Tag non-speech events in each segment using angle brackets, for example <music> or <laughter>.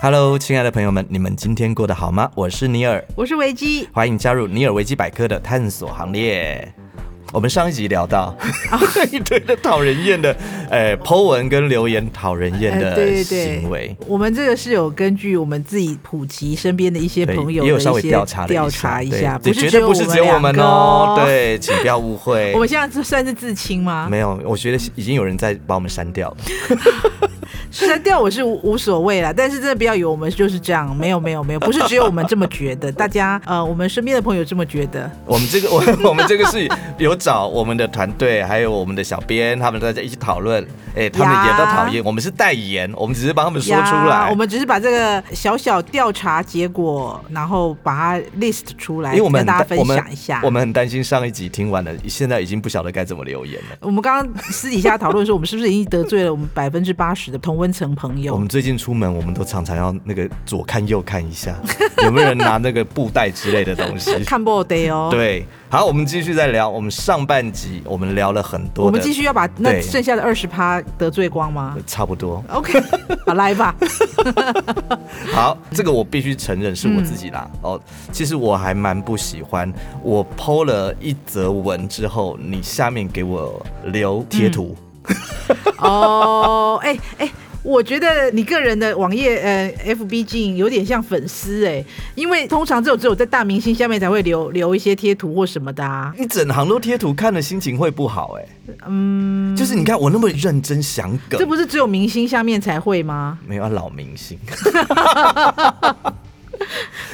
Hello，亲爱的朋友们，你们今天过得好吗？我是尼尔，我是维基。欢迎加入尼尔维基百科的探索行列。我们上一集聊到 <laughs> 一堆的讨人厌的，呃，Po 文跟留言讨人厌哎对的对对行为。我们这个是有根据我们自己普及身边的一些对，朋友的也有稍微一些调查了调查一下，对，不对是绝对不是只有我们两个哦。，对，请不要误会 <laughs> 我。们现在算是自清吗？没有，我觉得已经有人在把我们删掉了。删掉我是无无所谓啦，但是真的不要以为我们就是这样，没有没有没有，不是只有我们这么觉得， <laughs> 大家呃，我们身边的朋友这么觉得，我们这个， <laughs> 我我们这个是有找我们的团队，还有我们的小编，他们大家一起讨论。哎、他们也呀都讨厌，我们是代言，我们只是帮他们说出呀来我。们只是把这个小小调查结果，然后把它 list 出来，因为我们跟很大家担分我们享一下。我们很担心上一集听完了，现在已经不晓得该怎么留言了。我们刚刚私底下讨论说，我们是不是已经得罪了我们百分之八十的同温层朋我友？们最近出门，我们都常常要那个左看右看一下，有没有人拿那个布袋之类的 <laughs> 东西。看 b o d 哦，，对，好，我们继续再聊。我们上半集我们聊了很多的，我们继续要把那对剩下的二十趴得罪光吗呃差不多。 ？OK，好 <laughs> 来吧，好，这个我必须承认是我自己嗯啦。哦，其实我还蛮不喜欢，我 PO 了一则文之后，你下面给我留贴图，嗯哦，哎哎。我觉得你个人的网页，呃，FB 经营有点像粉丝哎、因为通常只有只有在大明星下面才会留留一些贴图或什么的啊。一整行都贴图，看了心情会不好哎、嗯，就是你看我那么认真想梗这，不是只有明星下面才会吗？没有啊老明星， <laughs>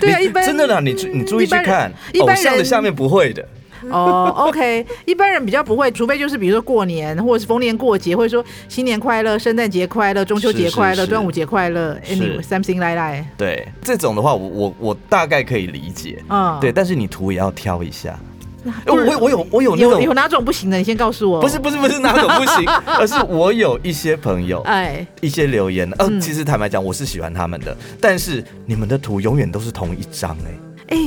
对啊，你一般真的啦，你注你注意去一般人看，一般偶人像的下面不会的。 <laughs> 哦、o k 一般人比较不会，除非就是比如说过年，或者是逢年过节，会说新年快乐、圣诞节快乐、中秋节快是乐、是端午节快乐是，anyway something like that。对这种的话，我我我大概可以理解，嗯对，但是你图也要挑一下。哎不是我我有我有那有种有哪种不行的？你先告诉我。不是，不是不是哪种不行，而是我有一些朋友，哎，一些留言，呃，嗯其实坦白讲，我是喜欢他们的，但是你们的图永远都是同一张哎、哎、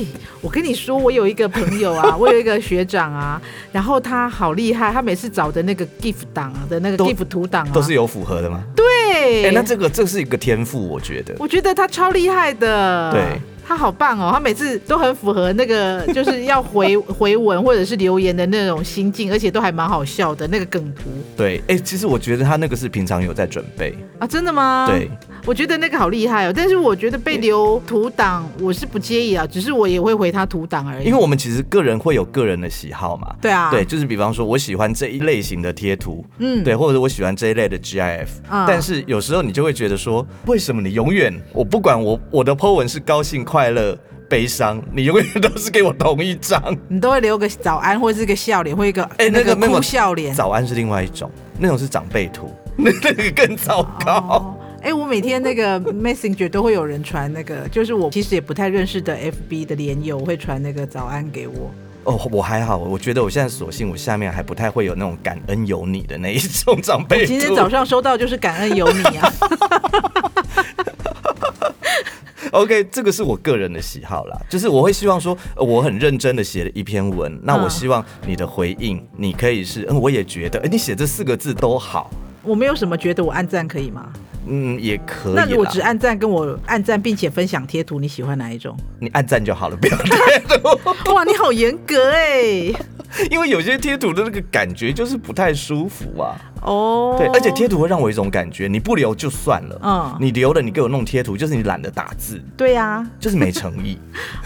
我跟你说，我有一个朋友 <laughs> 啊，我有一个学长啊，然后他好厉害，他每次找的那个 GIF 档的那个都 GIF 图档啊，都是有符合的吗？对、哎、那这个这是一个天赋，我觉得。我觉得他超厉害的，对，他好棒哦，他每次都很符合那 <laughs> 个就是要回回文或者是留言的那种心境，而且都还蛮好笑的那个梗图对，哎、其实我觉得他那个是平常有在准备，啊，真的吗？对，我觉得那个好厉害哦，但是我觉得被留图档我是不介意啊，只是我也会回他图档而已，因为我们其实个人会有个人的喜好嘛。对啊，对，就是比方说，我喜欢这一类型的贴图，嗯对，或者我喜欢这一类的 GIF，、嗯但是有时候你就会觉得说，为什么你永远我不管我我的 po 文是高兴、快乐、悲伤，你永远都是给我同一张？你都会留个早安或者是一个笑脸或一个哎那个没有哭笑脸，早安是另外一种，那种是长辈 <laughs> 图，那那个更糟糕。哦，哎、我每天 <laughs> 那个 Messenger 都会有人传那个，就是我其实也不太认识的 FB 的连友会传那个早安给我。哦我还好，我觉得我现在索性我下面还不太会有那种感恩有你的那一种长辈图。 <laughs> 今天早上收到就是感恩有你啊， <laughs> OK，这个是我个人的喜好啦，就是我会希望说，呃我很认真的写了一篇文，那嗯我希望你的回应，你可以是，嗯，我也觉得，哎、你写这四个字都好，我没有什么觉得我按赞可以吗？嗯，也可以啦。那如果只按赞跟我按赞并且分享贴图，你喜欢哪一种？ <laughs> 你按赞就好了，不要贴图，哇，你好严格哎、因为有些贴图的那个感觉就是不太舒服啊。哦，对，而且贴图会让我有一种感觉，你不留就算了，嗯嗯，你留了，你给我弄贴图，就是你懒得打字，对呀、就是没诚 <laughs> 意，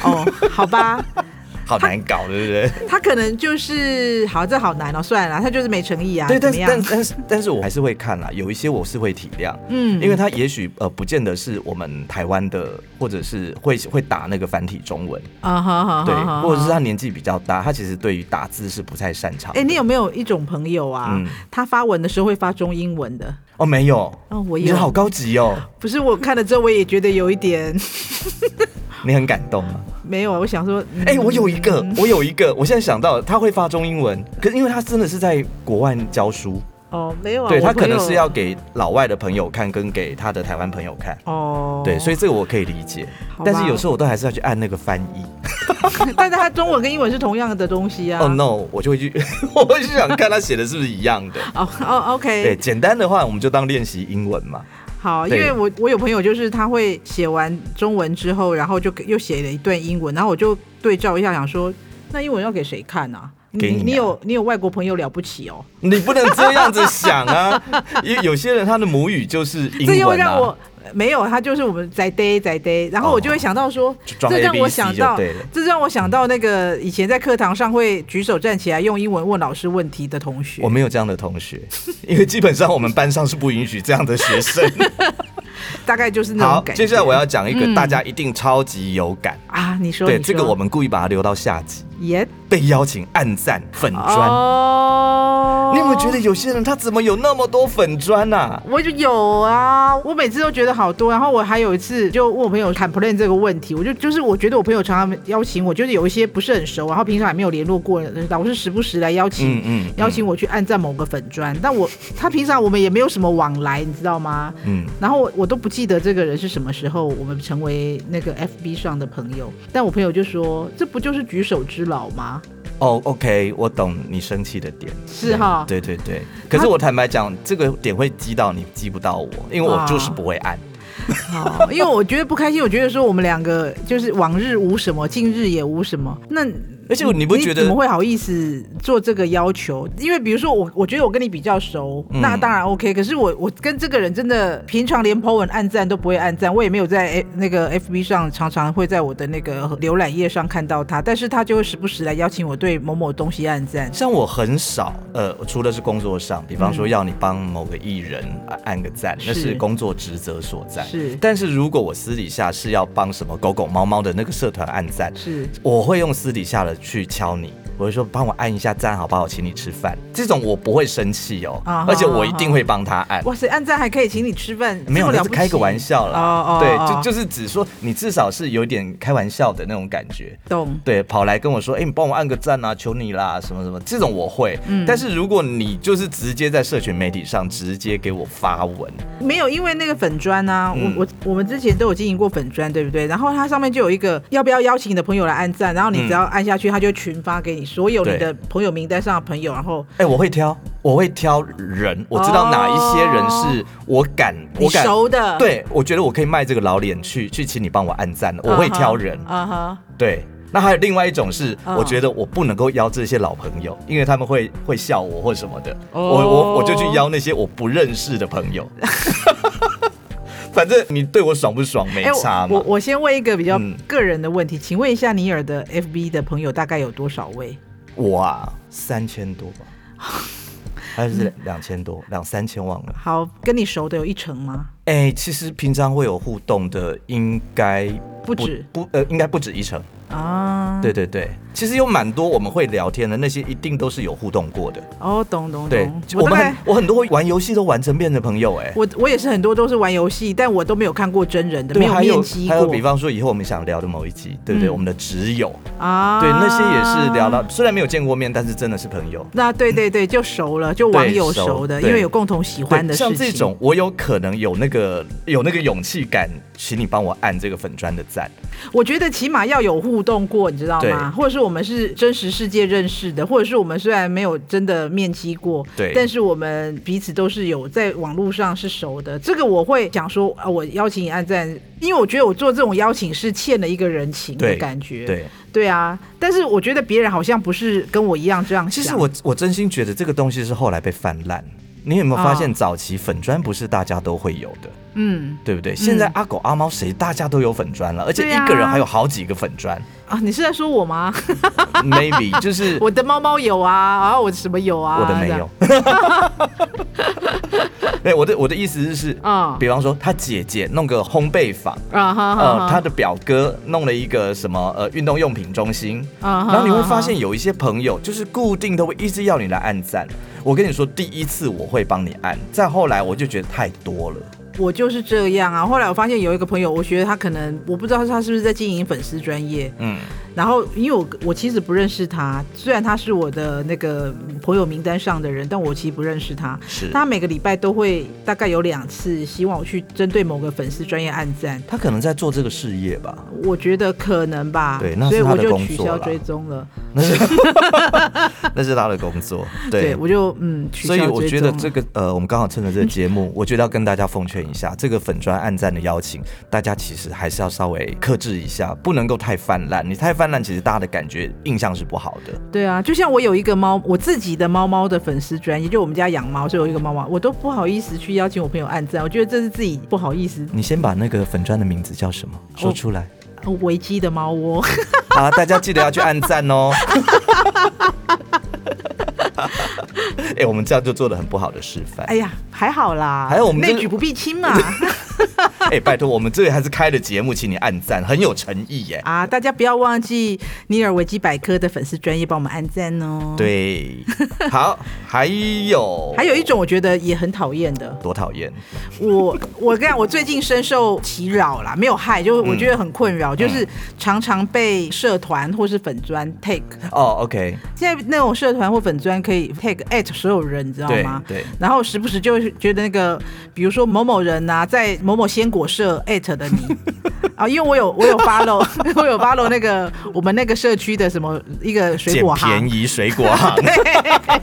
哦，好吧， <laughs> 好难搞，对不对？他可能就是好，这好难哦，算了啦，他就是没诚意啊，对，但怎么是样？但但是但是我还是会看啦，有一些我是会体谅，嗯，嗯因为它也许呃不见得是我们台湾的，或者是会会打那个繁体中文，啊，好好好，对，好或者是好他年纪比较大，他其实对于打字是不太擅长的。哎、你有没有一种朋友啊，嗯他发文的时候会发中英文的？哦，没有，哦我有你好高级 <laughs> 哦，不是，我看了之后我也觉得有一点你很感动吗？没有啊，我想说，哎、我有一个，我有一个，我现在想到了他会发中英文，可是因为他真的是在国外教书，哦，没有啊，对我他可朋能友是要给老外的朋友看，跟给他的台湾朋友看。哦，对，所以这个我可以理解，好但吧是有时候我都还是要去按那个翻译。以 <laughs> 但是他中文跟英文是同样的东西啊。哦、no，我就会去， <laughs> 我会 <laughs> 去想看他写的是不是一样的。哦哦对， ，OK，简单的话我们就当练习英文嘛。好，因对为我我有朋友就是他会写完中文之后，然后就给又写了一段英文，然后我就对照一下，想说那英文要给谁看啊？给你你啊有你有外国朋友了不起哦，你不能这样子想啊！ <laughs> 因为有些人他的母语就是英这又文让啊，我没有他就是我们在 day 在 day，然后我就会想到说，就哦装这 A 让 B 我 C 想就到对了。这让我想到那个以前在课堂上会举手站起来用英文问老师问题的同学我，没有这样的同学，因为基本上我们班上是不允许这样的学生。大概就是 <laughs> 那好种，感觉。接下来我要讲一个嗯大家一定超级有感，啊，你说对你这个说我们故意把它留到下集，也被邀请暗赞粉砖。哦，你有没有觉得有些人他怎么有那么多粉砖啊？我就有啊，我每次都觉得好多。然后我还有一次就问我朋友 complain 这个问题，我就就是我觉得我朋友常常邀请我，就是有一些不是很熟，然后平常也没有联络过，老是时不时来邀请。嗯嗯，邀请我去按赞某个粉砖，但我他平常我们也没有什么往来，你知道吗？嗯，然后我我都不记得这个人是什么时候我们成为那个 FB 上的朋友，但我朋友就说这不就是举手之劳吗？哦、o k 我懂你生气的点，是哈对对对。可是我坦白讲，这个点会激到你，激不到我，因为我就是不会按。哦，因为我觉得不开心，我觉得说我们两个就是往日无什么，近日也无什么。那而且你不觉得怎么会好意思做这个要求？因为比如说我，我觉得我跟你比较熟，嗯那当然 OK。可是我我跟这个人真的平常连 po 文按赞都不会按赞，我也没有在 A- 那个 FB 上常常会在我的那个浏览页上看到他，但是他就会时不时来邀请我对某某东西按赞。像我很少，呃，除了是工作上，比方说要你帮某个艺人啊按个赞，那嗯是是工作职责所在。是但是如果我私底下是要帮什么狗狗、猫猫的那个社团按赞，是我会用私底下的去敲你，我会说帮我按一下赞，好不好？我请你吃饭。这种我不会生气哦，啊而且我一定会帮他按。哇塞，按赞还可以请你吃饭，没有，这那么了是不起开个玩笑啦。哦哦对，哦就就是只说你至少是有点开玩笑的那种感觉。懂。对，跑来跟我说，哎、你帮我按个赞啊，求你啦，什么什么，这种我会。嗯但是如果你就是直接在社群媒体上直接给我发文，没有，因为那个粉砖啊，嗯我我我们之前都有经营过粉砖，对不对？然后它上面就有一个要不要邀请你的朋友来按赞，然后你只要按下去，它就群发给你所有你嗯对的朋友名单上的朋友，然后哎、我会挑，我会挑人，我知道哪一些人是我敢，哦你我敢熟的，对，我觉得我可以卖这个老脸去去请你帮我按赞，啊哈，我会挑人。啊哈，对，那还有另外一种是，嗯我觉得我不能够邀这些老朋友，因为他们会会笑我或什么的，哦我我我就去邀那些我不认识的朋 <laughs> 友。反正你对我爽不爽没差哎我我嘛。我先问一个比较嗯个人的问题，请问一下尼尔的 FB 的朋友大概有多少位？我啊，三千多吧， <laughs> 还是两千多，两三千忘了。好，跟你熟的有一成吗？哎、其实平常会有互动的，应该不止不呃，应该不止一成。啊，对，对对，其实有蛮多我们会聊天的，那些一定都是有互动过的。哦，懂懂对懂，，我大们概很我很多玩游戏都玩成变成朋友哎、我我也是很多都是玩游戏，但我都没有看过真人的，对，没有还有面基还有，过比方说以后我们想聊的某一集，对不对？嗯我们的挚友，啊，对，那些也是聊到，虽然没有见过面，但是真的是朋友。那对对对，就熟了，就网友对熟熟的，对因为有共同喜欢的对事情。像这种，我有可能有那个有那个勇气敢，请你帮我按这个粉砖的赞。我觉得起码要有互动过，你知道对吗？或者是我们是真实世界认识的，或者是我们虽然没有真的面基过，对但是我们彼此都是有在网络上是熟的。这个我会想说啊，我邀请你按赞，因为我觉得我做这种邀请是欠了一个人情的对感觉。对，对啊，但是我觉得别人好像不是跟我一样这样想。其实我我真心觉得这个东西是后来被泛滥。你有没有发现，早期粉砖不是大家都会有的？嗯对不对？现在阿狗阿猫谁大家都有粉砖了，而且对啊一个人还有好几个粉砖啊，你是在说 <laughs> 我吗？ ，maybe 就是 <laughs> 我的猫猫有啊，然后我什么有啊？我的没这样有。 <laughs> 对，我的我的意思是，嗯比方说他姐姐弄个烘焙坊，啊哈哈呃，哈，他的表哥弄了一个什么呃运动用品中心，啊哈然后你会哈发现有一些朋友就是固定都会一直要你来按赞。我跟你说，第一次我会帮你按，再后来我就觉得太多了。我就是这样啊。后来我发现有一个朋友，我觉得他可能我不知道他是不是在经营粉丝专业，嗯，然后因为我我其实不认识他，虽然他是我的那个朋友名单上的人，但我其实不认识他。是他每个礼拜都会大概有两次，希望我去针对某个粉丝专业按赞。他可能在做这个事业吧？我觉得可能吧，对那是所以他我的就工取作消啦追踪了。那是那是他的工作，对。我就嗯取消所追以踪了。我觉得这个呃，我们刚好趁着这个节目，我觉得要跟大家奉劝一下，这个粉砖暗赞的邀请，大家其实还是要稍微克制一下，不能够太泛滥。你太泛滥，其实大家的感觉印象是不好的。对啊，就像我有一个猫，我自己的猫猫的粉丝专业，就我们家养猫，所以有一个猫猫，我都不好意思去邀请我朋友按赞，我觉得这是自己不好意思。你先把那个粉砖的名字叫什么说出来呃维基的猫窝，啊？大家记得要去按赞哦。 <laughs> 哎、我们这样就做了很不好的示范。哎呀，还好啦， <laughs> 还有我们这内举不避 <laughs> 亲嘛，哎、拜托，我们这里还是开了节目，请你按赞，很有诚意耶。啊，大家不要忘记尼尔维基百科的粉丝专业帮我们按赞哦。， <laughs> 对，好，还有还有一种我觉得也很讨厌的，多讨厌，我 <laughs> 我跟你讲，我最近深受其扰啦，没有害，就是我嗯觉得很困扰，就是常常被社团或是粉砖 take。哦，OK，现在那种社团或粉砖可以 take at 所有人，你知道对吗？对然后时不时就会觉得那个，比如说某某人呐、在某某鲜果社 at 的你 <laughs> 啊，因为我有我有 follow，我 <laughs> 有 follow 那个我们那个社区的什么一个水捡果行便，宜水果 <laughs> 行，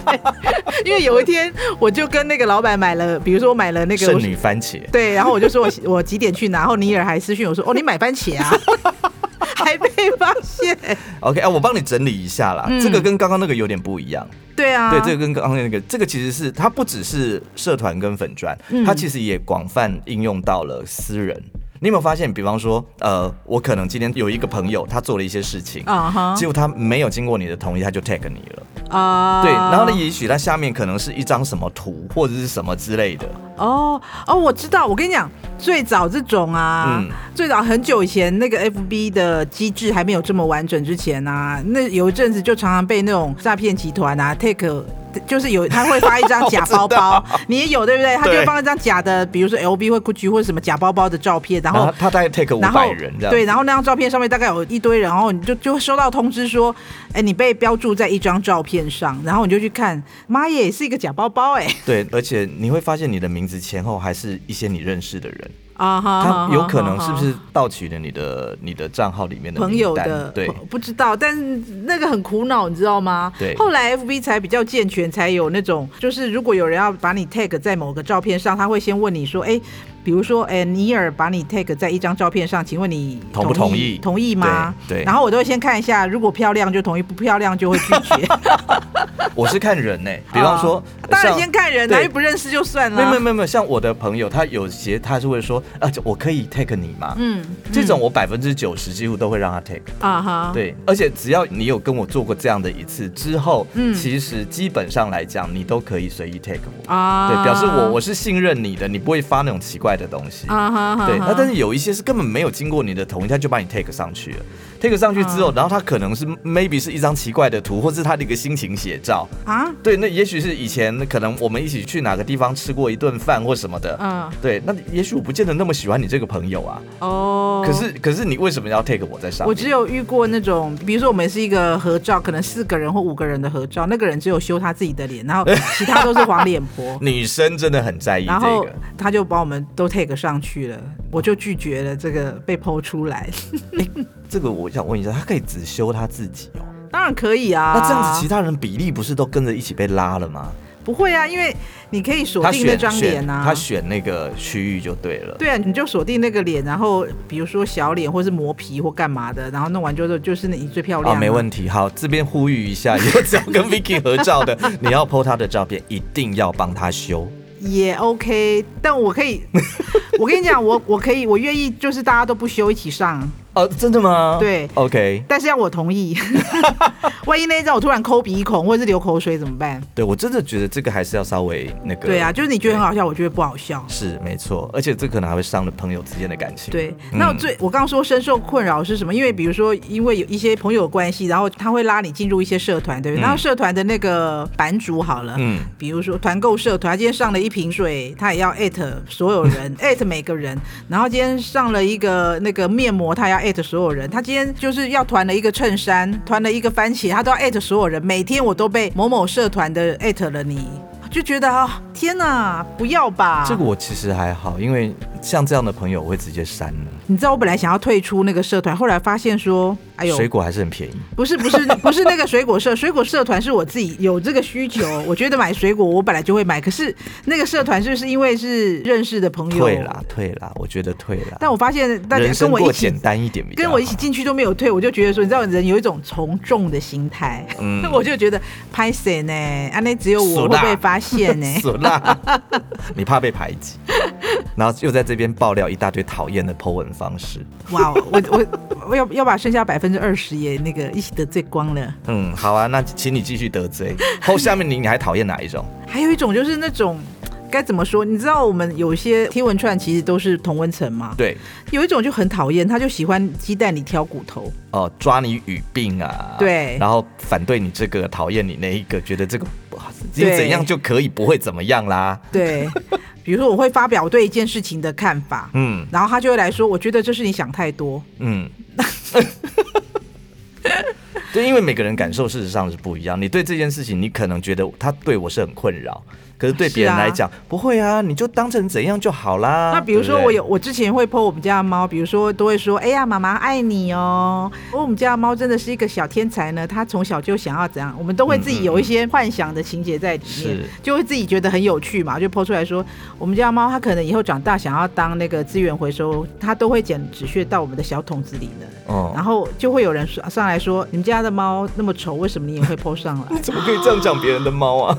<laughs> 因为有一天我就跟那个老板买了，比如说我买了那个剩女番茄，对，然后我就说我我几点去拿，然后尼尔还私讯我说哦，你买番 <laughs> 茄啊，还被发现。 OK，啊，我帮你整理一下啦。这个跟刚刚那个有点不一样，对嗯啊，对，这个跟刚刚那个，这个其实是它不只是社团跟粉砖，嗯它其实也广泛应用到了私人。你有没有发现，比方说，呃，我可能今天有一个朋友，他做了一些事情，啊哈结果他没有经过你的同意，他就 tag 你了。啊，对，然后呢，也许它下面可能是一张什么图或者是什么之类的。哦哦，我知道，我跟你讲，最早这种啊，嗯最早很久以前那个 FB 的机制还没有这么完整之前啊，那有一阵子就常常被那种诈骗集团啊 take。就是有他会发一张 <laughs> 假包包，你也有对不对？他就会对放一张假的，比如说 LV 或 GUCCI 或者什么假包包的照片，然然后后他大概 take 五然后百人这样。对，然后那张照片上面大概有一堆人，然后你就就会收到通知说，哎，你被标注在一张照片上，然后你就去看，妈耶，是一个假包包哎、对，而且你会发现你的名字前后还是一些你认识的人，啊哈他有可能是不是盗取了你的你的账号里面的朋名友单的？对 <laughs> 不，不知道，但是那个很苦恼，你知道吗？对后来 FB 才比较健全，才有那种就是如果有人要把你 tag 在某个照片上，他会先问你说，哎、比如说，哎、尼尔把你 tag 在一张照片上，请问你同不同意同意吗？对对然后我都会先看一下，如果漂亮就同意，不漂亮就会拒绝。我是看人呢、 <laughs> 比方说， <laughs> 啊当然像先看人啦，对又不认识就算没有没有了。没有没有，像我的朋友，他有些他是会说，啊，我可以 take 你吗？嗯，这种我百分之九十几乎都会让他 take。啊哈，，对，而且只要你有跟我做过这样的一次之后，嗯其实基本上来讲，你都可以随意 take 我。啊，对，表示我我是信任你的，你不会发那种奇怪的东西。啊哈哈，对，那但是是有一些是根本没有经过你的同意，他就把你 take 上去了。take 上去之嗯后，然后他可能是 maybe 是一张奇怪的图，或是他的一个心情写照。啊，对，那也许是以前可能我们一起去哪个地方吃过一顿饭或什么的。嗯，对，那也许我不见得那么喜欢你这个朋友啊。哦，可。是可是你为什么要 take 我在上面？我只有遇过那种，比如说我们是一个合照，可能四个人或五个人的合照，那个人只有修他自己的脸，然后其他都是黄脸 <laughs> 婆，女生真的很在意这然后个。他就把我们都 take 上去了，我就拒绝了这个被剖出来。 <laughs> 这个我想问一下，他可以只修他自己哦。当然可以啊，那这样子，其他人比例不是都跟着一起被拉了吗？不会啊，因为你可以锁他定那选张脸选啊，他选那个区域就对了。对啊，你就锁定那个脸，然后比如说小脸或是磨皮或干嘛的，然后弄完之后就是你最漂亮、啊，没问题。好，这边呼吁一下，以后只要跟 Vicky 合照的，你要 PO 她的照片，一定要帮她修。也 OK。但我可以，我跟你讲，我 <laughs> 我可以，我愿意，就是大家都不修一起上，哦，真的吗？对，OK。但是要我同 <laughs> 意。万一那一张我突然抠鼻孔或者是流口水怎么办？对我真的觉得这个还是要稍微那个。对啊，就是你觉得很好笑，我觉得不好笑对。。是没错，而且这可能还会伤了朋友之间的感情。对，啊嗯那我最、我刚刚说深受困扰是什么？因为比如说，因为有一些朋友关系，然后他会拉你进入一些社团，对不嗯对？然后社团的那个版主好了，嗯比如说团购社团，他今天上了一瓶水， <laughs> 他也要艾特所有人，艾特每个人。然后今天上了一个那个面膜，他也要艾特所有人。他今天就是要团了一个衬衫，团了一个番茄，他都要艾特所有人。每天我都被某某社团的艾特了你，就觉得啊、天哪，不要吧！这个我其实还好，因为像这样的朋友我会直接删了。你知道我本来想要退出那个社团，后来发现说，哎呦，水果还是很便宜，不是不 <laughs> 是不是那个水果社，水果社团是我自己有这个需求，我觉得买水果我本来就会买，可是那个社团是不是因为是认识的朋友？退啦退啦，我觉得退啦。但我发现大家人跟生我一过起简单一点比较跟我一起好进去都没有退，我就觉得说，你知道人有一种从众的心态，嗯 <laughs> 我就觉得拍谁呢？啊，那只有唢我会呐。被发现呢唢呐， <laughs> 你怕被排挤，然后又在这边爆料一大堆讨厌的 Po 文方式。哇，我我我要要把剩下百分之二十也那个一起得罪光了。嗯，好啊，那请你继续得 <laughs> 罪。后下面你你还讨厌哪一种？还有一种就是那种。该怎么说？你知道我们有些贴文串其实都是同温层嘛，对，有一种就很讨厌，他就喜欢鸡蛋里挑骨头。哦，抓你语病啊，对然后反对你这个，讨厌你那一个，觉得这个哇你对怎样就可以，不会怎么样啦。对，比如说我会发表对一件事情的看法，嗯然后他就会来说：“我觉得这是你想太多。 <laughs> 嗯。对，因为每个人感受事实上是不一样。你对这件事情，你可能觉得他对我是很困扰，可是对别人是啊来讲，不会啊，你就当成怎样就好啦。那比如说啊对不我对有，我之前会 po 我们家的猫，比如说都会说：“哎呀，妈妈爱你哦。”我我们家的猫真的是一个小天才呢，它从小就想要怎样，我们都会自己有一些幻想的情节在里面，是就会自己觉得很有趣嘛，就 po 出来说我们家的猫它可能以后长大想要当那个资源回收，它都会捡纸屑到我们的小桶子里的。 <laughs> 然哦，后就会有人说上来说，你们家的猫那么丑，为什么你也会 PO 上来？怎么可以这样讲别人的猫 <laughs> 啊？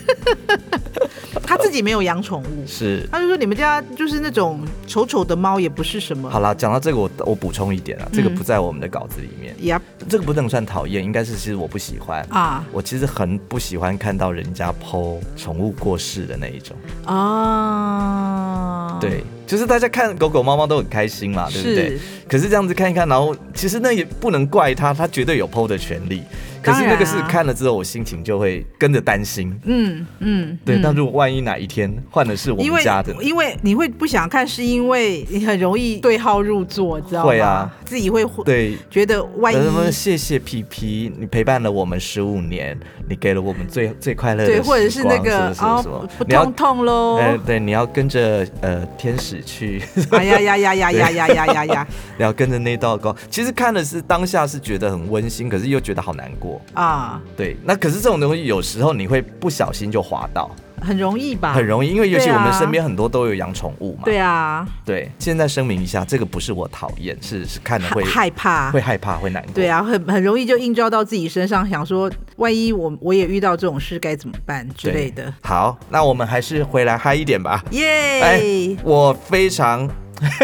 <laughs> 他自己没有养宠物，是，他就说你们家就是那种丑丑的猫，也不是什好么。啦，讲到这个我，我补充一点啊，这个嗯不在我们的稿子里面，呀这个不能算讨厌，应该是其实我不喜欢。啊我其实很不喜欢看到人家剖宠物过世的那一种，啊！对，就是大家看狗狗、猫猫都很开心嘛，对不对是？可是这样子看一看，然后其实那也不能怪他，他绝对有剖的权利。可当是然啊那个是看了之后，我心情就会跟着担心。嗯嗯，对，嗯但如果万一哪一天换的是我因们为家的呢，因为你会不想看，是因为你很容易对号入座，知道吗？会啊自己会对，觉得万一呃那么谢谢皮皮，你陪伴了我们十五年，你给了我们最最快乐的对，时光或者是那个什么啊什么什不么，你要痛痛喽，呃对，你要跟着呃天使去， <laughs> 哎呀呀呀呀呀呀呀呀呀你要跟着那道光。其实看的是当下是觉得很温馨，可是又觉得好难过。啊，对，那可是这种东西有时候你会不小心就滑到，很容易吧？很容易，因为尤其对啊我们身边很多都有养宠物嘛。对啊，对现在声明一下，这个不是我讨厌，是是看了害会害怕会。害怕会难过。对啊，很很容易就映照到自己身上，想说万一我我也遇到这种事该怎么办对之类的。好，那我们还是回来嗨一点吧。耶、哎，我非常，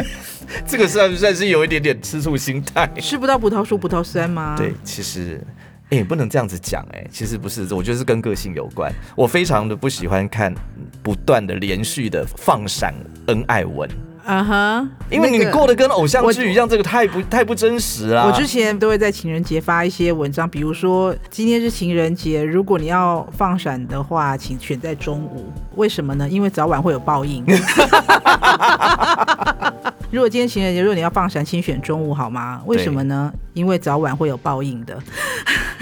<laughs> 这个算不算是有一点点吃醋心态？吃不到葡萄说葡萄酸吗？对，，其实。哎、不能这样子讲哎、其实不是，我觉得是跟个性有关。我非常的不喜欢看不断的连续的放闪恩爱文，啊哈、因为你那个过啊得跟偶像我剧一样，这个太不太不真实啦。我之前都会在情人节发一些文章，比如说今天是情人节，如果你要放闪的话，请选在中午。为什么呢？因为早晚会有 <laughs> 报应。如果今天情人节，如果你要放闪，请选中午好吗？为什么呢？因为早晚会有报应的。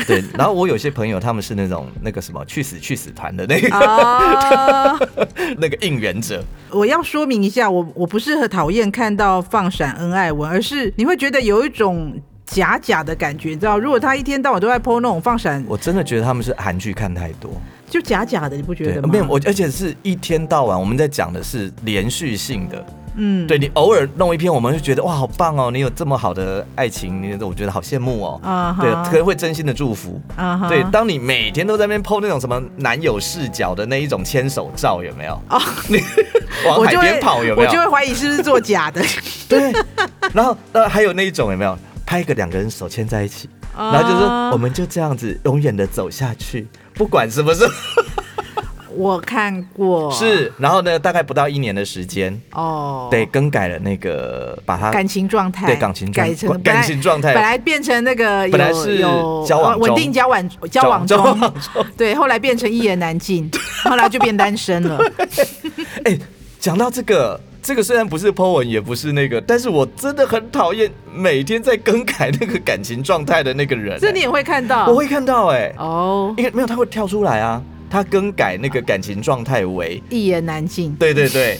对，然后我有些朋友他们是那种那个什么去死去死团的那个、啊、 <laughs> 那个应援者， <laughs> 我要说明一下，我我不是很讨厌看到放闪恩爱文，而是你会觉得有一种假假的感觉，你知道？如果他一天到晚都在 PO 那种放闪，我真的觉得他们是韩剧看太多。就假假的，你不觉对，得吗？没有我，而且是一天到晚我们在讲的是连续性的。嗯，对你偶尔弄一篇，我们就觉得哇，好棒哦！你有这么好的爱情，你我觉得好羡慕哦。啊哈对，可能会真心的祝福。啊哈对，当你每天都在那边 PO 那种什么男友视角的那一种牵手照，有没有？哦，你 <laughs> 往我海就会边跑有没我有就？会怀疑是不是做假 <laughs> 的。对，然后呃还有那一种有没有？拍个两个人手牵在一起，然后就说啊我们就这样子永远的走下去，不管什么时候我看过，是。然后呢，大概不到一年的时间，哦，对，，更改了那个把它感情状态，对感情状改成感感情状态本来变成那个有本来是有交往呃稳中定交往交往交往中，对，后来 <laughs> 变成一言难尽，后来就变单身了。哎，讲到这个，这个虽然不是 po 文，也不是那个，但是我真的很讨厌每天在更改那个感情状态的那个人、这你也会看到，我会看到哎、哦，因为没有他会跳出来啊，他更改那个感情状态为，一言难尽。对对 <laughs> 对。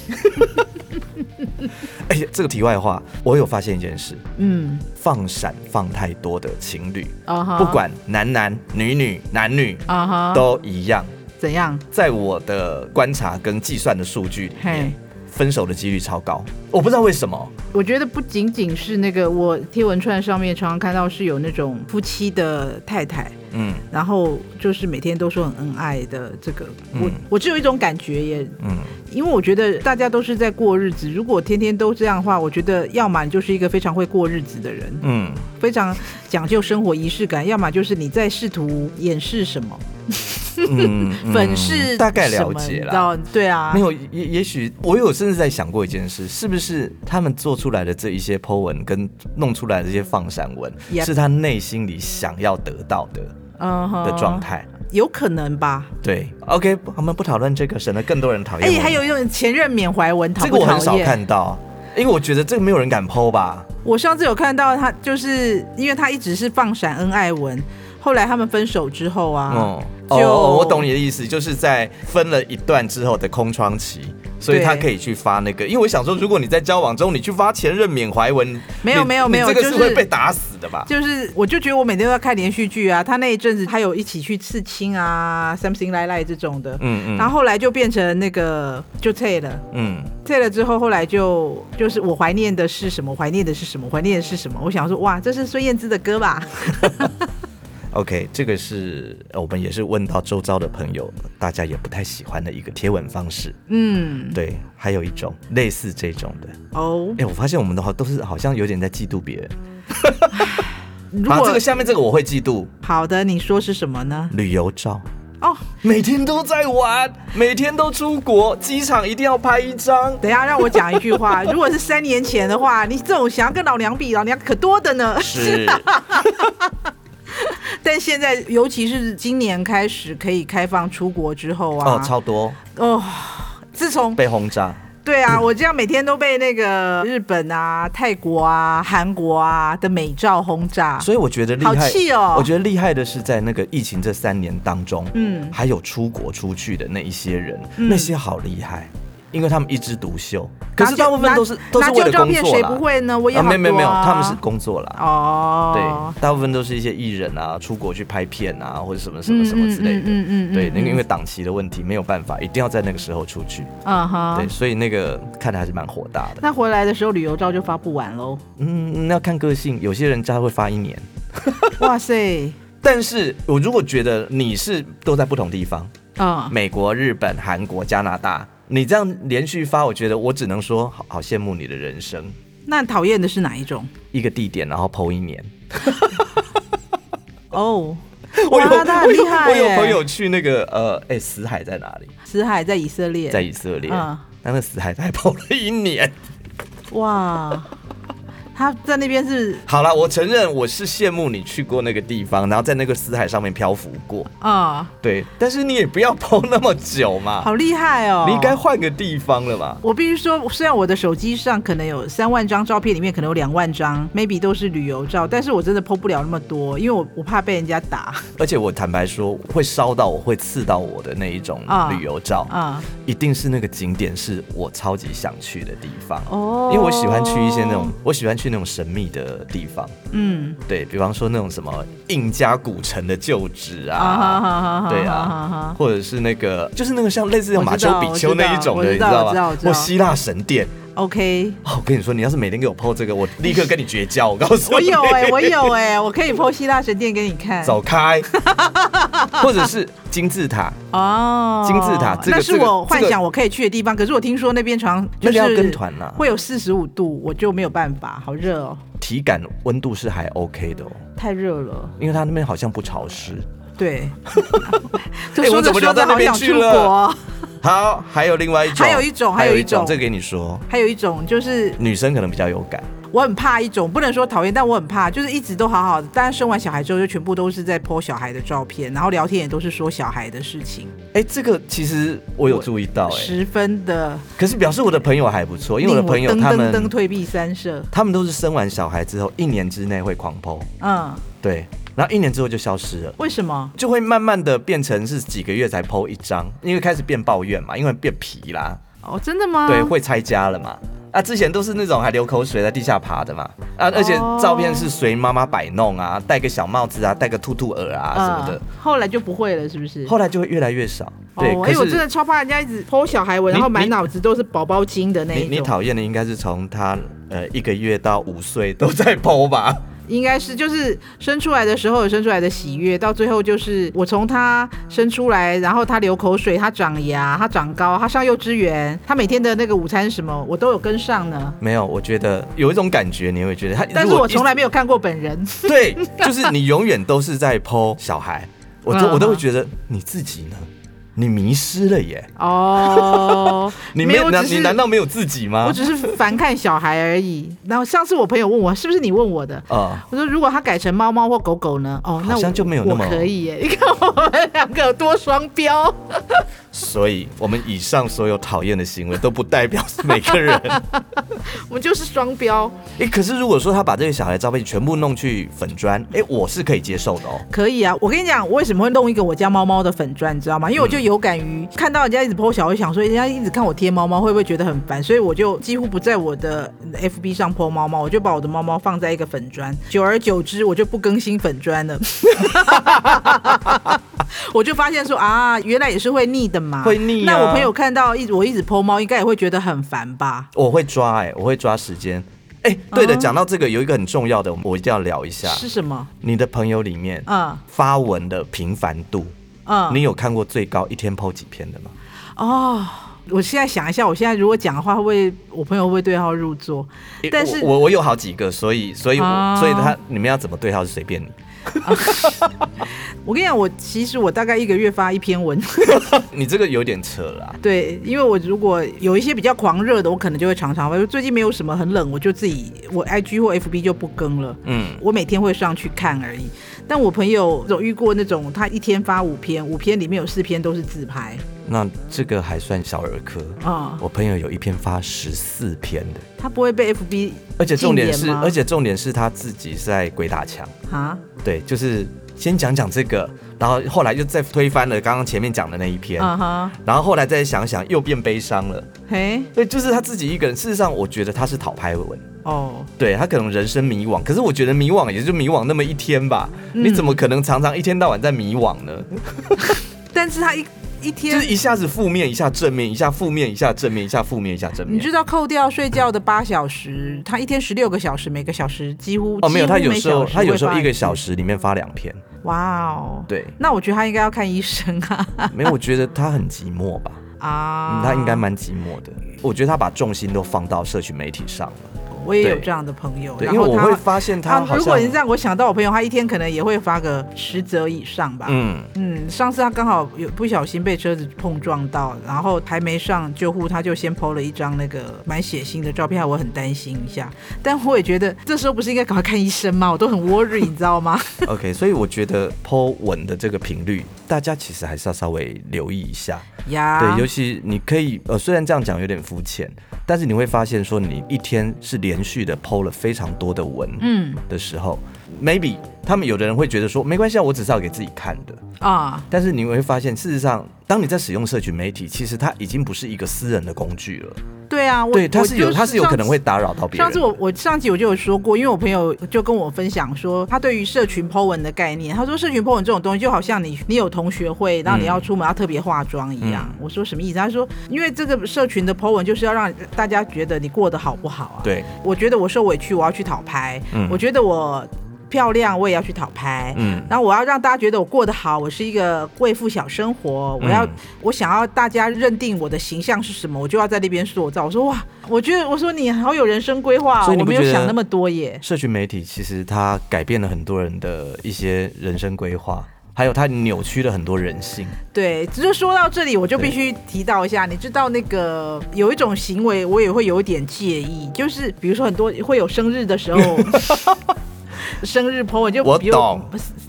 哎、这个题外话，我有发现一件事，嗯，放闪放太多的情侣，啊哈，不管男男女女男女啊哈，都一样，怎样？在我的观察跟计算的数据里面嘿，分手的几率超高，我不知道为什么。我觉得不仅仅是那个，我贴文串上面常常看到是有那种夫妻的太太，嗯然后就是每天都说很恩爱的这个，我嗯我只有一种感觉耶，嗯，因为我觉得大家都是在过日子，如果天天都这样的话，我觉得要么你就是一个非常会过日子的人，嗯，非常讲究生活仪式感，要么就是你在试图掩饰什么， <laughs> 嗯，嗯粉饰大概了什么解你知啦。道对啊没，有，也也许我有甚至在想过一件事，是不是他们做出来的这一些 Po 文跟弄出来的这些放闪文 Yep 是他内心里想要得到的嗯哼的状态？有可能吧。对，OK，我们不讨论这个，省得更多人讨厌哎、我们。还有一种前任缅怀文，讨这不个我讨很少厌看到，因为我觉得这个没有人敢 PO 吧。我上次有看到他，就是因为他一直是放闪恩爱文，后来他们分手之后啊，哦，就哦，我懂你的意思，就是在分了一段之后的空窗期，所以对他可以去发那个。因为我想说，如果你在交往中你去发前任缅怀文，没有你没有你没有这个就是是会被打死的吧？就是我就觉得我每天都要看连续剧啊，他那一阵子还有一起去刺青啊，something like that 这种的，嗯然嗯后后来就变成那个就退了。嗯，退了之后，后来就就是我怀念的是什么？怀念的是什么？怀念的是什么？我想说，哇，这是孙燕姿的歌吧？ OK，这个是呃我们也是问到周遭的朋友，大家也不太喜欢的一个贴吻方式。嗯，对，还有一种类似这种的，哦哎、，我发现我们的话都是好像有点在嫉妒别人。如好，果、这个下面这个我会嫉妒，好的，你说是什么呢？旅游照。哦，每天都在玩，每天都出国，机场一定要拍一张。等一下，让我讲一句话。 <laughs> 如果是三年前的话，你这种想要跟老娘比，老娘可多的呢。是， <laughs> 但现在，尤其是今年开始可以开放出国之后啊，哦，超多哦自从被轰炸。对啊，我这样每天都被那个日本啊、泰国啊、韩国啊的美照轰炸，所以我觉得厉好害，气哦我觉得厉害的是在那个疫情这三年当中，嗯还有出国出去的那一些人，嗯那些好厉害，因为他们一枝独秀。可是大部分都是拿都是为拿旧了照工片作谁啦不。会呢？我也啊，好没有多、没有没有，他们是工作啦。哦，对，大部分都是一些艺人啊，出国去拍片啊，或者什么什么什么之类的。嗯嗯嗯嗯嗯对，那个嗯因为档期的问题，没有办法，一定要在那个时候出去。嗯哼对，。所以那个看的还是蛮火大的。那回来的时候旅游照就发不完喽。嗯，那要看个性，有些人他会发一年。哇塞，但是我如果觉得你是都在不同地方，嗯，美国、日本、韩国、加拿大，你这样连续发，我觉得我只能说好好羡慕你的人生，那讨厌的是哪一种？一个地点然后剖一年。哦，我有哇那很我有厉害我有耶朋友去那个呃，哎、死海在哪里？死海在以色列，在以色列，嗯那个死海才跑了一年。哇，他在那边是好了，我承认我是羡慕你去过那个地方，然后在那个死海上面漂浮过。啊、对，但是你也不要抛那么久嘛，好厉害哦！啊你应该换个地方了吧？我必须说，虽然我的手机上可能有三万张照片，里面可能有两万张，maybe 都是旅游照，但是我真的 PO 不了那么多，因为我我怕被人家打而且我坦白说，会烧到我，会刺到我的那一种啊旅游照，啊。一定是那个景点是我超级想去的地方。哦因为我喜欢去一些那种，，我喜欢去那种神秘的地方，嗯对比方说那种什么印加古城的旧址啊哈啊，哈哈哈，对哈哈哈啊，或者是那个就是那个像类似像我马知丘道比丘我知道那一种的，我你知道我吧知道我？知道或希腊神殿， <laughs> OK，哦，我跟你说，你要是每天给我 PO 这个， <laughs> 我立刻跟你绝交。我告诉你，我有哎、我有哎、我可以 PO 希腊神殿给你看。 <laughs> 走 <laughs> 开，或者是金字塔，哦，金字塔这个那是这个我幻这想我可以去的地方。可是我听说那边常就那是个要跟团啊啦会有四十五度，我就没有办法，好热哦，体感温度是还 OK 的哦，太热 <laughs> 了。因为它那边好像不潮湿。对， <laughs> 就哎我说着怎么聊说着到那好边想去出了国。好，还有另外一种，还有一种还有一种这个给你说，还有一种就是女生可能比较有感，我很怕一种，不能说讨厌，但我很怕，就是一直都好好的，但是生完小孩之后就全部都是在 po 小孩的照片，然后聊天也都是说小孩的事情，哎、这个其实我有注意到、哎，十分的可是表示我的朋友还不错，因为我的朋友令他欸我噔噔噔们退避三舍。他们都是生完小孩之后一年之内会狂剖，嗯，对，然后一年之后就消失了。为什么？就会慢慢的变成是几个月才剖一张，因为开始变抱怨嘛，因为变皮啦，哦，真的吗？对，会拆家了嘛。啊，之前都是那种还流口水在地下爬的嘛，啊，而且哦照片是随妈妈摆弄啊，戴个小帽子啊，戴个兔兔耳啊什么的，嗯后来就不会了，是不是？后来就会越来越少。对，哦，可哎、我是真的超怕人家一直剖小孩文，然后你满你脑子都是宝宝精的那一你种。你讨厌的应该是从他呃一个月到五岁都在剖吧？应该是就是生出来的时候有生出来的喜悦，到最后就是我从他生出来，然后他流口水，他长牙，他长高，他上幼稚园，他每天的那个午餐什么，我都有跟上呢。没有，我觉得有一种感觉，你会觉得他，但是如果我一从来没有看过本人， <laughs> 对，就是你永远都是在剖小孩，我都嗯我都会觉得你自己呢，你迷失了耶， <laughs> 哦，你没没有，有我难只你是难道啊没有自己我吗？只是烦看小孩而已。然后上次我朋友问我，是不是你问我的？啊、我说如果他改成猫猫或狗狗呢？哦，那好像我就没有那么我可以耶。你看我们两个有多双标。所以我们以上所有讨厌的行为都不代表每个 <laughs> 人。我们就是双标，哎、可是如果说他把这个小孩的照片全部弄去粉砖，哎、我是可以接受的哦。可以啊。我跟你讲，我为什么会弄一个我家猫猫的粉砖，你知道吗？因为我就有感于看到人家一直 po 小，我就想说人家一直看我贴猫猫，会不会觉得很烦？所以我就几乎不在我的 FB 上 po 猫猫，我就把我的猫猫放在一个粉砖。久而久之，我就不更新粉砖了。我就发现说啊，原来也是会腻的嘛，会腻啊那我朋友看到一直我一直 po 猫，应该也会觉得很烦吧？我会抓、哎，我会抓时间。哎、对的，讲、到这个有一个很重要的，我一定要聊一下。啊是什么？你的朋友里面嗯发文的频繁度，嗯，你有看过最高一天 PO 几篇的吗？哦，我现在想一下，我现在如果讲的话，会不会我朋友会不会对号入座？诶但是我我我有好几个，所以所以我、哦所以他你们要怎么对号是随便你。 <laughs> 我跟你讲，我其实我大概一个月发一篇文，你这个有点扯了啊、对，因为我如果有一些比较狂热的，我可能就会常常发。最近没有什么很冷，我就自己我 IG 或 FB 就不更了。嗯，我每天会上去看而已，但我朋友有遇过那种，他一天发五篇，五篇里面有四篇都是自拍那这个还算小儿科。啊、 <laughs> 我朋友有一篇发十四篇的，他不会被 FB 而且重点禁是，言吗而且重点是他自己是在鬼打墙。啊，对，就是先讲讲这个，然后后来又再推翻了刚刚前面讲的那一篇，啊哈，然后后来再想想又变悲伤了。嘿，对，就是他自己一个人。事实上，我觉得他是讨拍文。哦，对他可能人生迷惘，可是我觉得迷惘也就迷惘那么一天吧，嗯你怎么可能常常一天到晚在迷惘呢？啊但是他一一就天是一下子负面，一下正面，一下负面，一下正面，一下负面，一下正你面。知道扣掉睡觉的八小时，他一天十六个小时，每个小时几乎哦，没有，几乎他有每时候小时他有时候会发一个小次时里面发两篇，哇哦，，对，那我觉得他应该要看医生啊没有，我觉得他很寂寞吧， <laughs> 啊嗯，他应该，蛮寂寞的。我觉得他把重心都放到社群媒体上了，我也有对这样的朋友，对，然因为后我他啊会发现他好如果像你，这样，我想到我朋友，他一天可能也会发个十则以上吧。嗯嗯，上次他刚好有不小心被车子碰撞到，然后还没上救护，他就先 PO 了一张那个蛮血腥的照片，害我很担心一下。但我也觉得这时候不是应该赶快看医生吗？我都很 worry，你知道吗？ OK，所以我觉得 Po 文的这个频率，大家其实还是要稍微留意一下。呀，对，尤其你可以，呃，虽然这样讲有点肤浅，但是你会发现说，你一天是连续的 PO 了非常多的文，嗯的时候、m a y b e 他们有的人会觉得说，没关系，啊，我只是要给自己看的。啊，但是你会发现，事实上，当你在使用社群媒体，其实它已经不是一个私人的工具了。对啊，我对，它我是有，就它是有上可能次会打扰到别人。上次我我上集我就有说过，因为我朋友就跟我分享说，他对于社群 po 文的概念，他说社群 po 文这种东西就好像你你有同学会，然后你嗯要出门要特别化妆一样。我说什么意思？他说，因为这个社群的 po 文就是要让大家觉得你过得好不好啊。，对，我觉得我受委屈，我要去讨拍；嗯我觉得我漂亮，我也要去讨拍。嗯，然后我要让大家觉得我过得好，我是一个贵妇小生活，我要、嗯我想要大家认定我的形象是什么，我就要在那边塑造。我说哇，我觉得我说你好有人生规划哦，所以我你不没有觉得想那么多耶。社群媒体其实它改变了很多人的一些人生规划。还有它扭曲了很多人性。对，只是说到这里，我就必须提到一下，你知道那个有一种行为，我也会有一点介意，就是比如说很多会有生日的时候。 <laughs> 生日朋友就我比如懂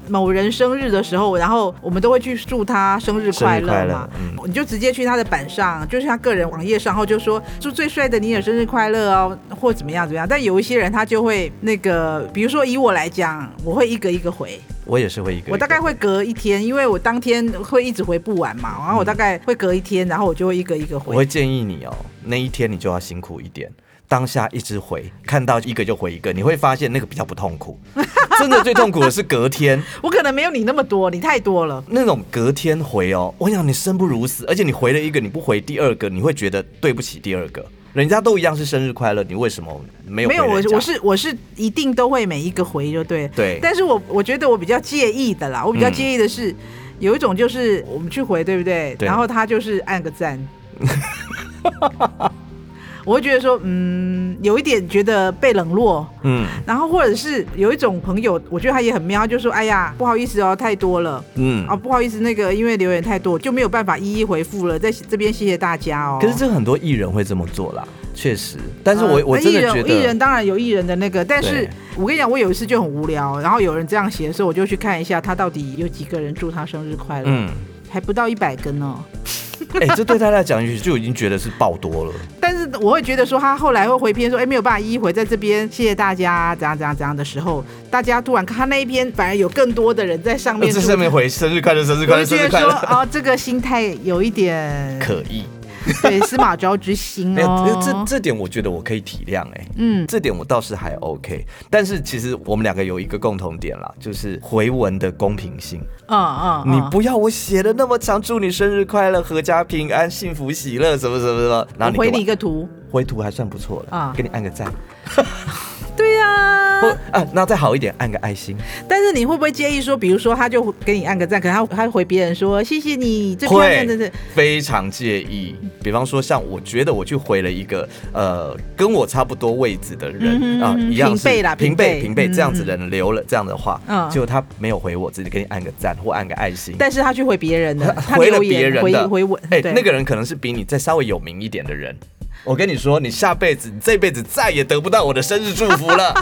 某人生日的时候，然后我们都会去祝他生日快生日乐快乐嘛。嗯你就直接去他的板上，就是他个人网页上，然后就说祝最帅的你也生日快乐哦，或怎么样怎么样。但有一些人他就会那个，比如说以我来讲，我会一个一个回，我也是会一个一个我大概会隔一天，因为我当天会一直回不完嘛，然后我大概会隔一天，然后我就会一个一个嗯我会回。建议你哦，那一天你就要辛苦一点，当下一直回，看到一个就回一个，你会发现那个比较不痛 <laughs> 苦。真的最痛苦的是隔天我可能没有你那么多，你太多了。那种隔天回哦，我想你生不如死，而且你回了一个你不回第二个，你会觉得对不起第二个。人家都一样是生日快乐，你为什么没有回没有，我人家我是我是一定都会每一个回就对了。对但是我我觉得我比较介意的啦，我比较嗯介意的是、有一种就是我们去回，对不对？对然后他就是按个赞， <laughs> 我会觉得说，嗯，有一点觉得被冷落。嗯然后或者是有一种朋友，我觉得他也很妙，他就说：“哎呀，不好意思哦，太多了。”嗯啊，不好意思，那个因为留言太多，就没有办法一一回复了，在这边谢谢大家哦。可是这很多艺人会这么做啦，确实。但是我、呃我那真的艺人觉艺得，人当然有艺人的那个，但是对我跟你讲，我有一次就很无聊，然后有人这样写的时候，我就去看一下他到底有几个人祝他生日快乐，嗯，还不到一百个呢。哎、这对他来讲就已经觉得是爆多 <laughs> 了。但是我会觉得说，他后来会回篇说，哎，没有办法一一回，在这边谢谢大家，怎样怎样怎样的时候，大家突然看他那一篇，反而有更多的人在上面这祝上面回生日快乐，生日快我乐，生就觉日得快说，乐，哦，这个心态有一点，可以。对，司马昭之心没有，哦这。这这点我觉得我可以体谅哎、嗯，这点我倒是还 OK。但是其实我们两个有一个共同点啦，就是回文的公平性。嗯嗯，你嗯不要我写的那么长，祝你生日快乐，阖家平安，幸福喜乐，什么什么什么。然后我回你你一给个图，我回图还算不错了，啊给你按个赞，对呀、或啊，那再好一点，按个爱心。但是你会不会介意说，比如说他就给你按个赞，可能他他回别人说谢谢你，最漂亮会的是非常介意。比方说，像我觉得我去回了一个呃跟我差不多位置的人嗯啊、一样是平辈啦平平辈辈平辈嗯这样子的人留了这样的话，嗯结果他没有回我，只是给你按个赞或按个爱心。但是他去回别人的，他回了留言别人回的回文，哎、对那个人可能是比你再稍微有名一点的人。我跟你说，你下辈子、你这辈子再也得不到我的生日祝福了。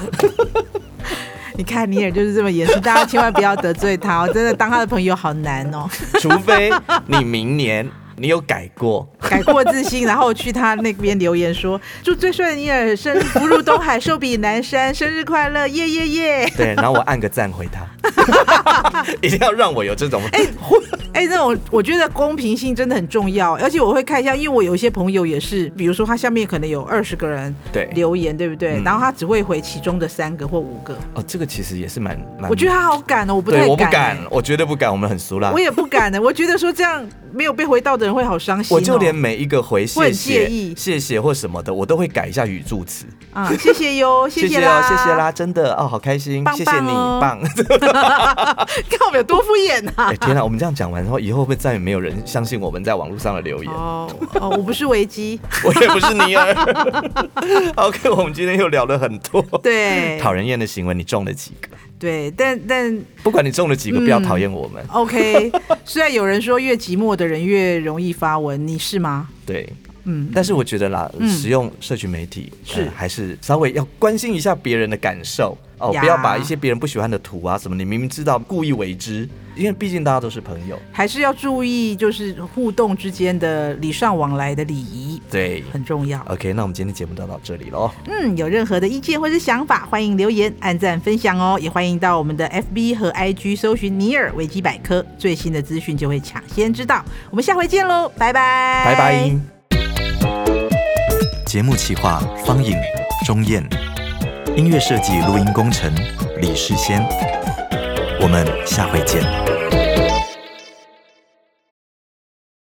<laughs> 你看尼尔就是这么严肃，大家千万不要得罪他哦，真的当他的朋友好 <laughs> 难哦，除非你明年你有改过，改过自新，然后去他那边留言说祝最帅的尼尔生日福如东海，寿比南山，生日快乐，耶耶耶！对，然后我按个赞回 <laughs> 他，一定要让我有这种哎、那种我觉得公平性真的很重要，而且我会看一下，因为我有一些朋友也是，比如说他下面可能有二十个人对留言，对不对？嗯然后他只会回其中的三个或五个，哦，这个其实也是蛮蛮，我觉得他好敢哦，我不太对，敢、我不敢，，我绝对不敢，我们很熟啦。我也不敢欸的、我觉得说这样没有被回到的人会好伤心、哦，我就连每一个回我谢很谢介意谢谢或什么的，我都会改一下语助词。啊，谢谢 <laughs> 哟，谢谢哦啦，，谢谢。啦，真的哦，好开心，棒哦谢谢你，棒 <laughs> 棒！看我们有多敷衍啊！ <laughs> 哎，天哪，我们这样讲完，然后以后会不会再也没有人相信我们在网络上的留言？哦哦，我不是维基，我也不是尼尔。OK，我们今天又聊了很多对 <laughs> 讨人厌的行为，你中了几个？对，但但不管你中了几个，不嗯要讨厌我们。 <laughs> OK，虽然有人说越寂寞的人越容易发文，你是吗？对，嗯，但是我觉得啦，嗯使用社群媒体是呃还是稍微要关心一下别人的感受哦，呀不要把一些别人不喜欢的图啊什么，你明明知道故意为之，因为毕竟大家都是朋友。还是要注意，就是互动之间的礼尚往来的礼仪对很重要。 ，OK，那我们今天节目就到这里喽。嗯，有任何的意见或是想法，欢迎留言、按赞、分享哦，也欢迎到我们的 FB 和 IG 搜寻“尼尔维基百科”，最新的资讯就会抢先知道。我们下回见喽，拜拜，拜拜。节目企划：方颖、钟燕，音乐设计、录音工程：李世先。我们下回见。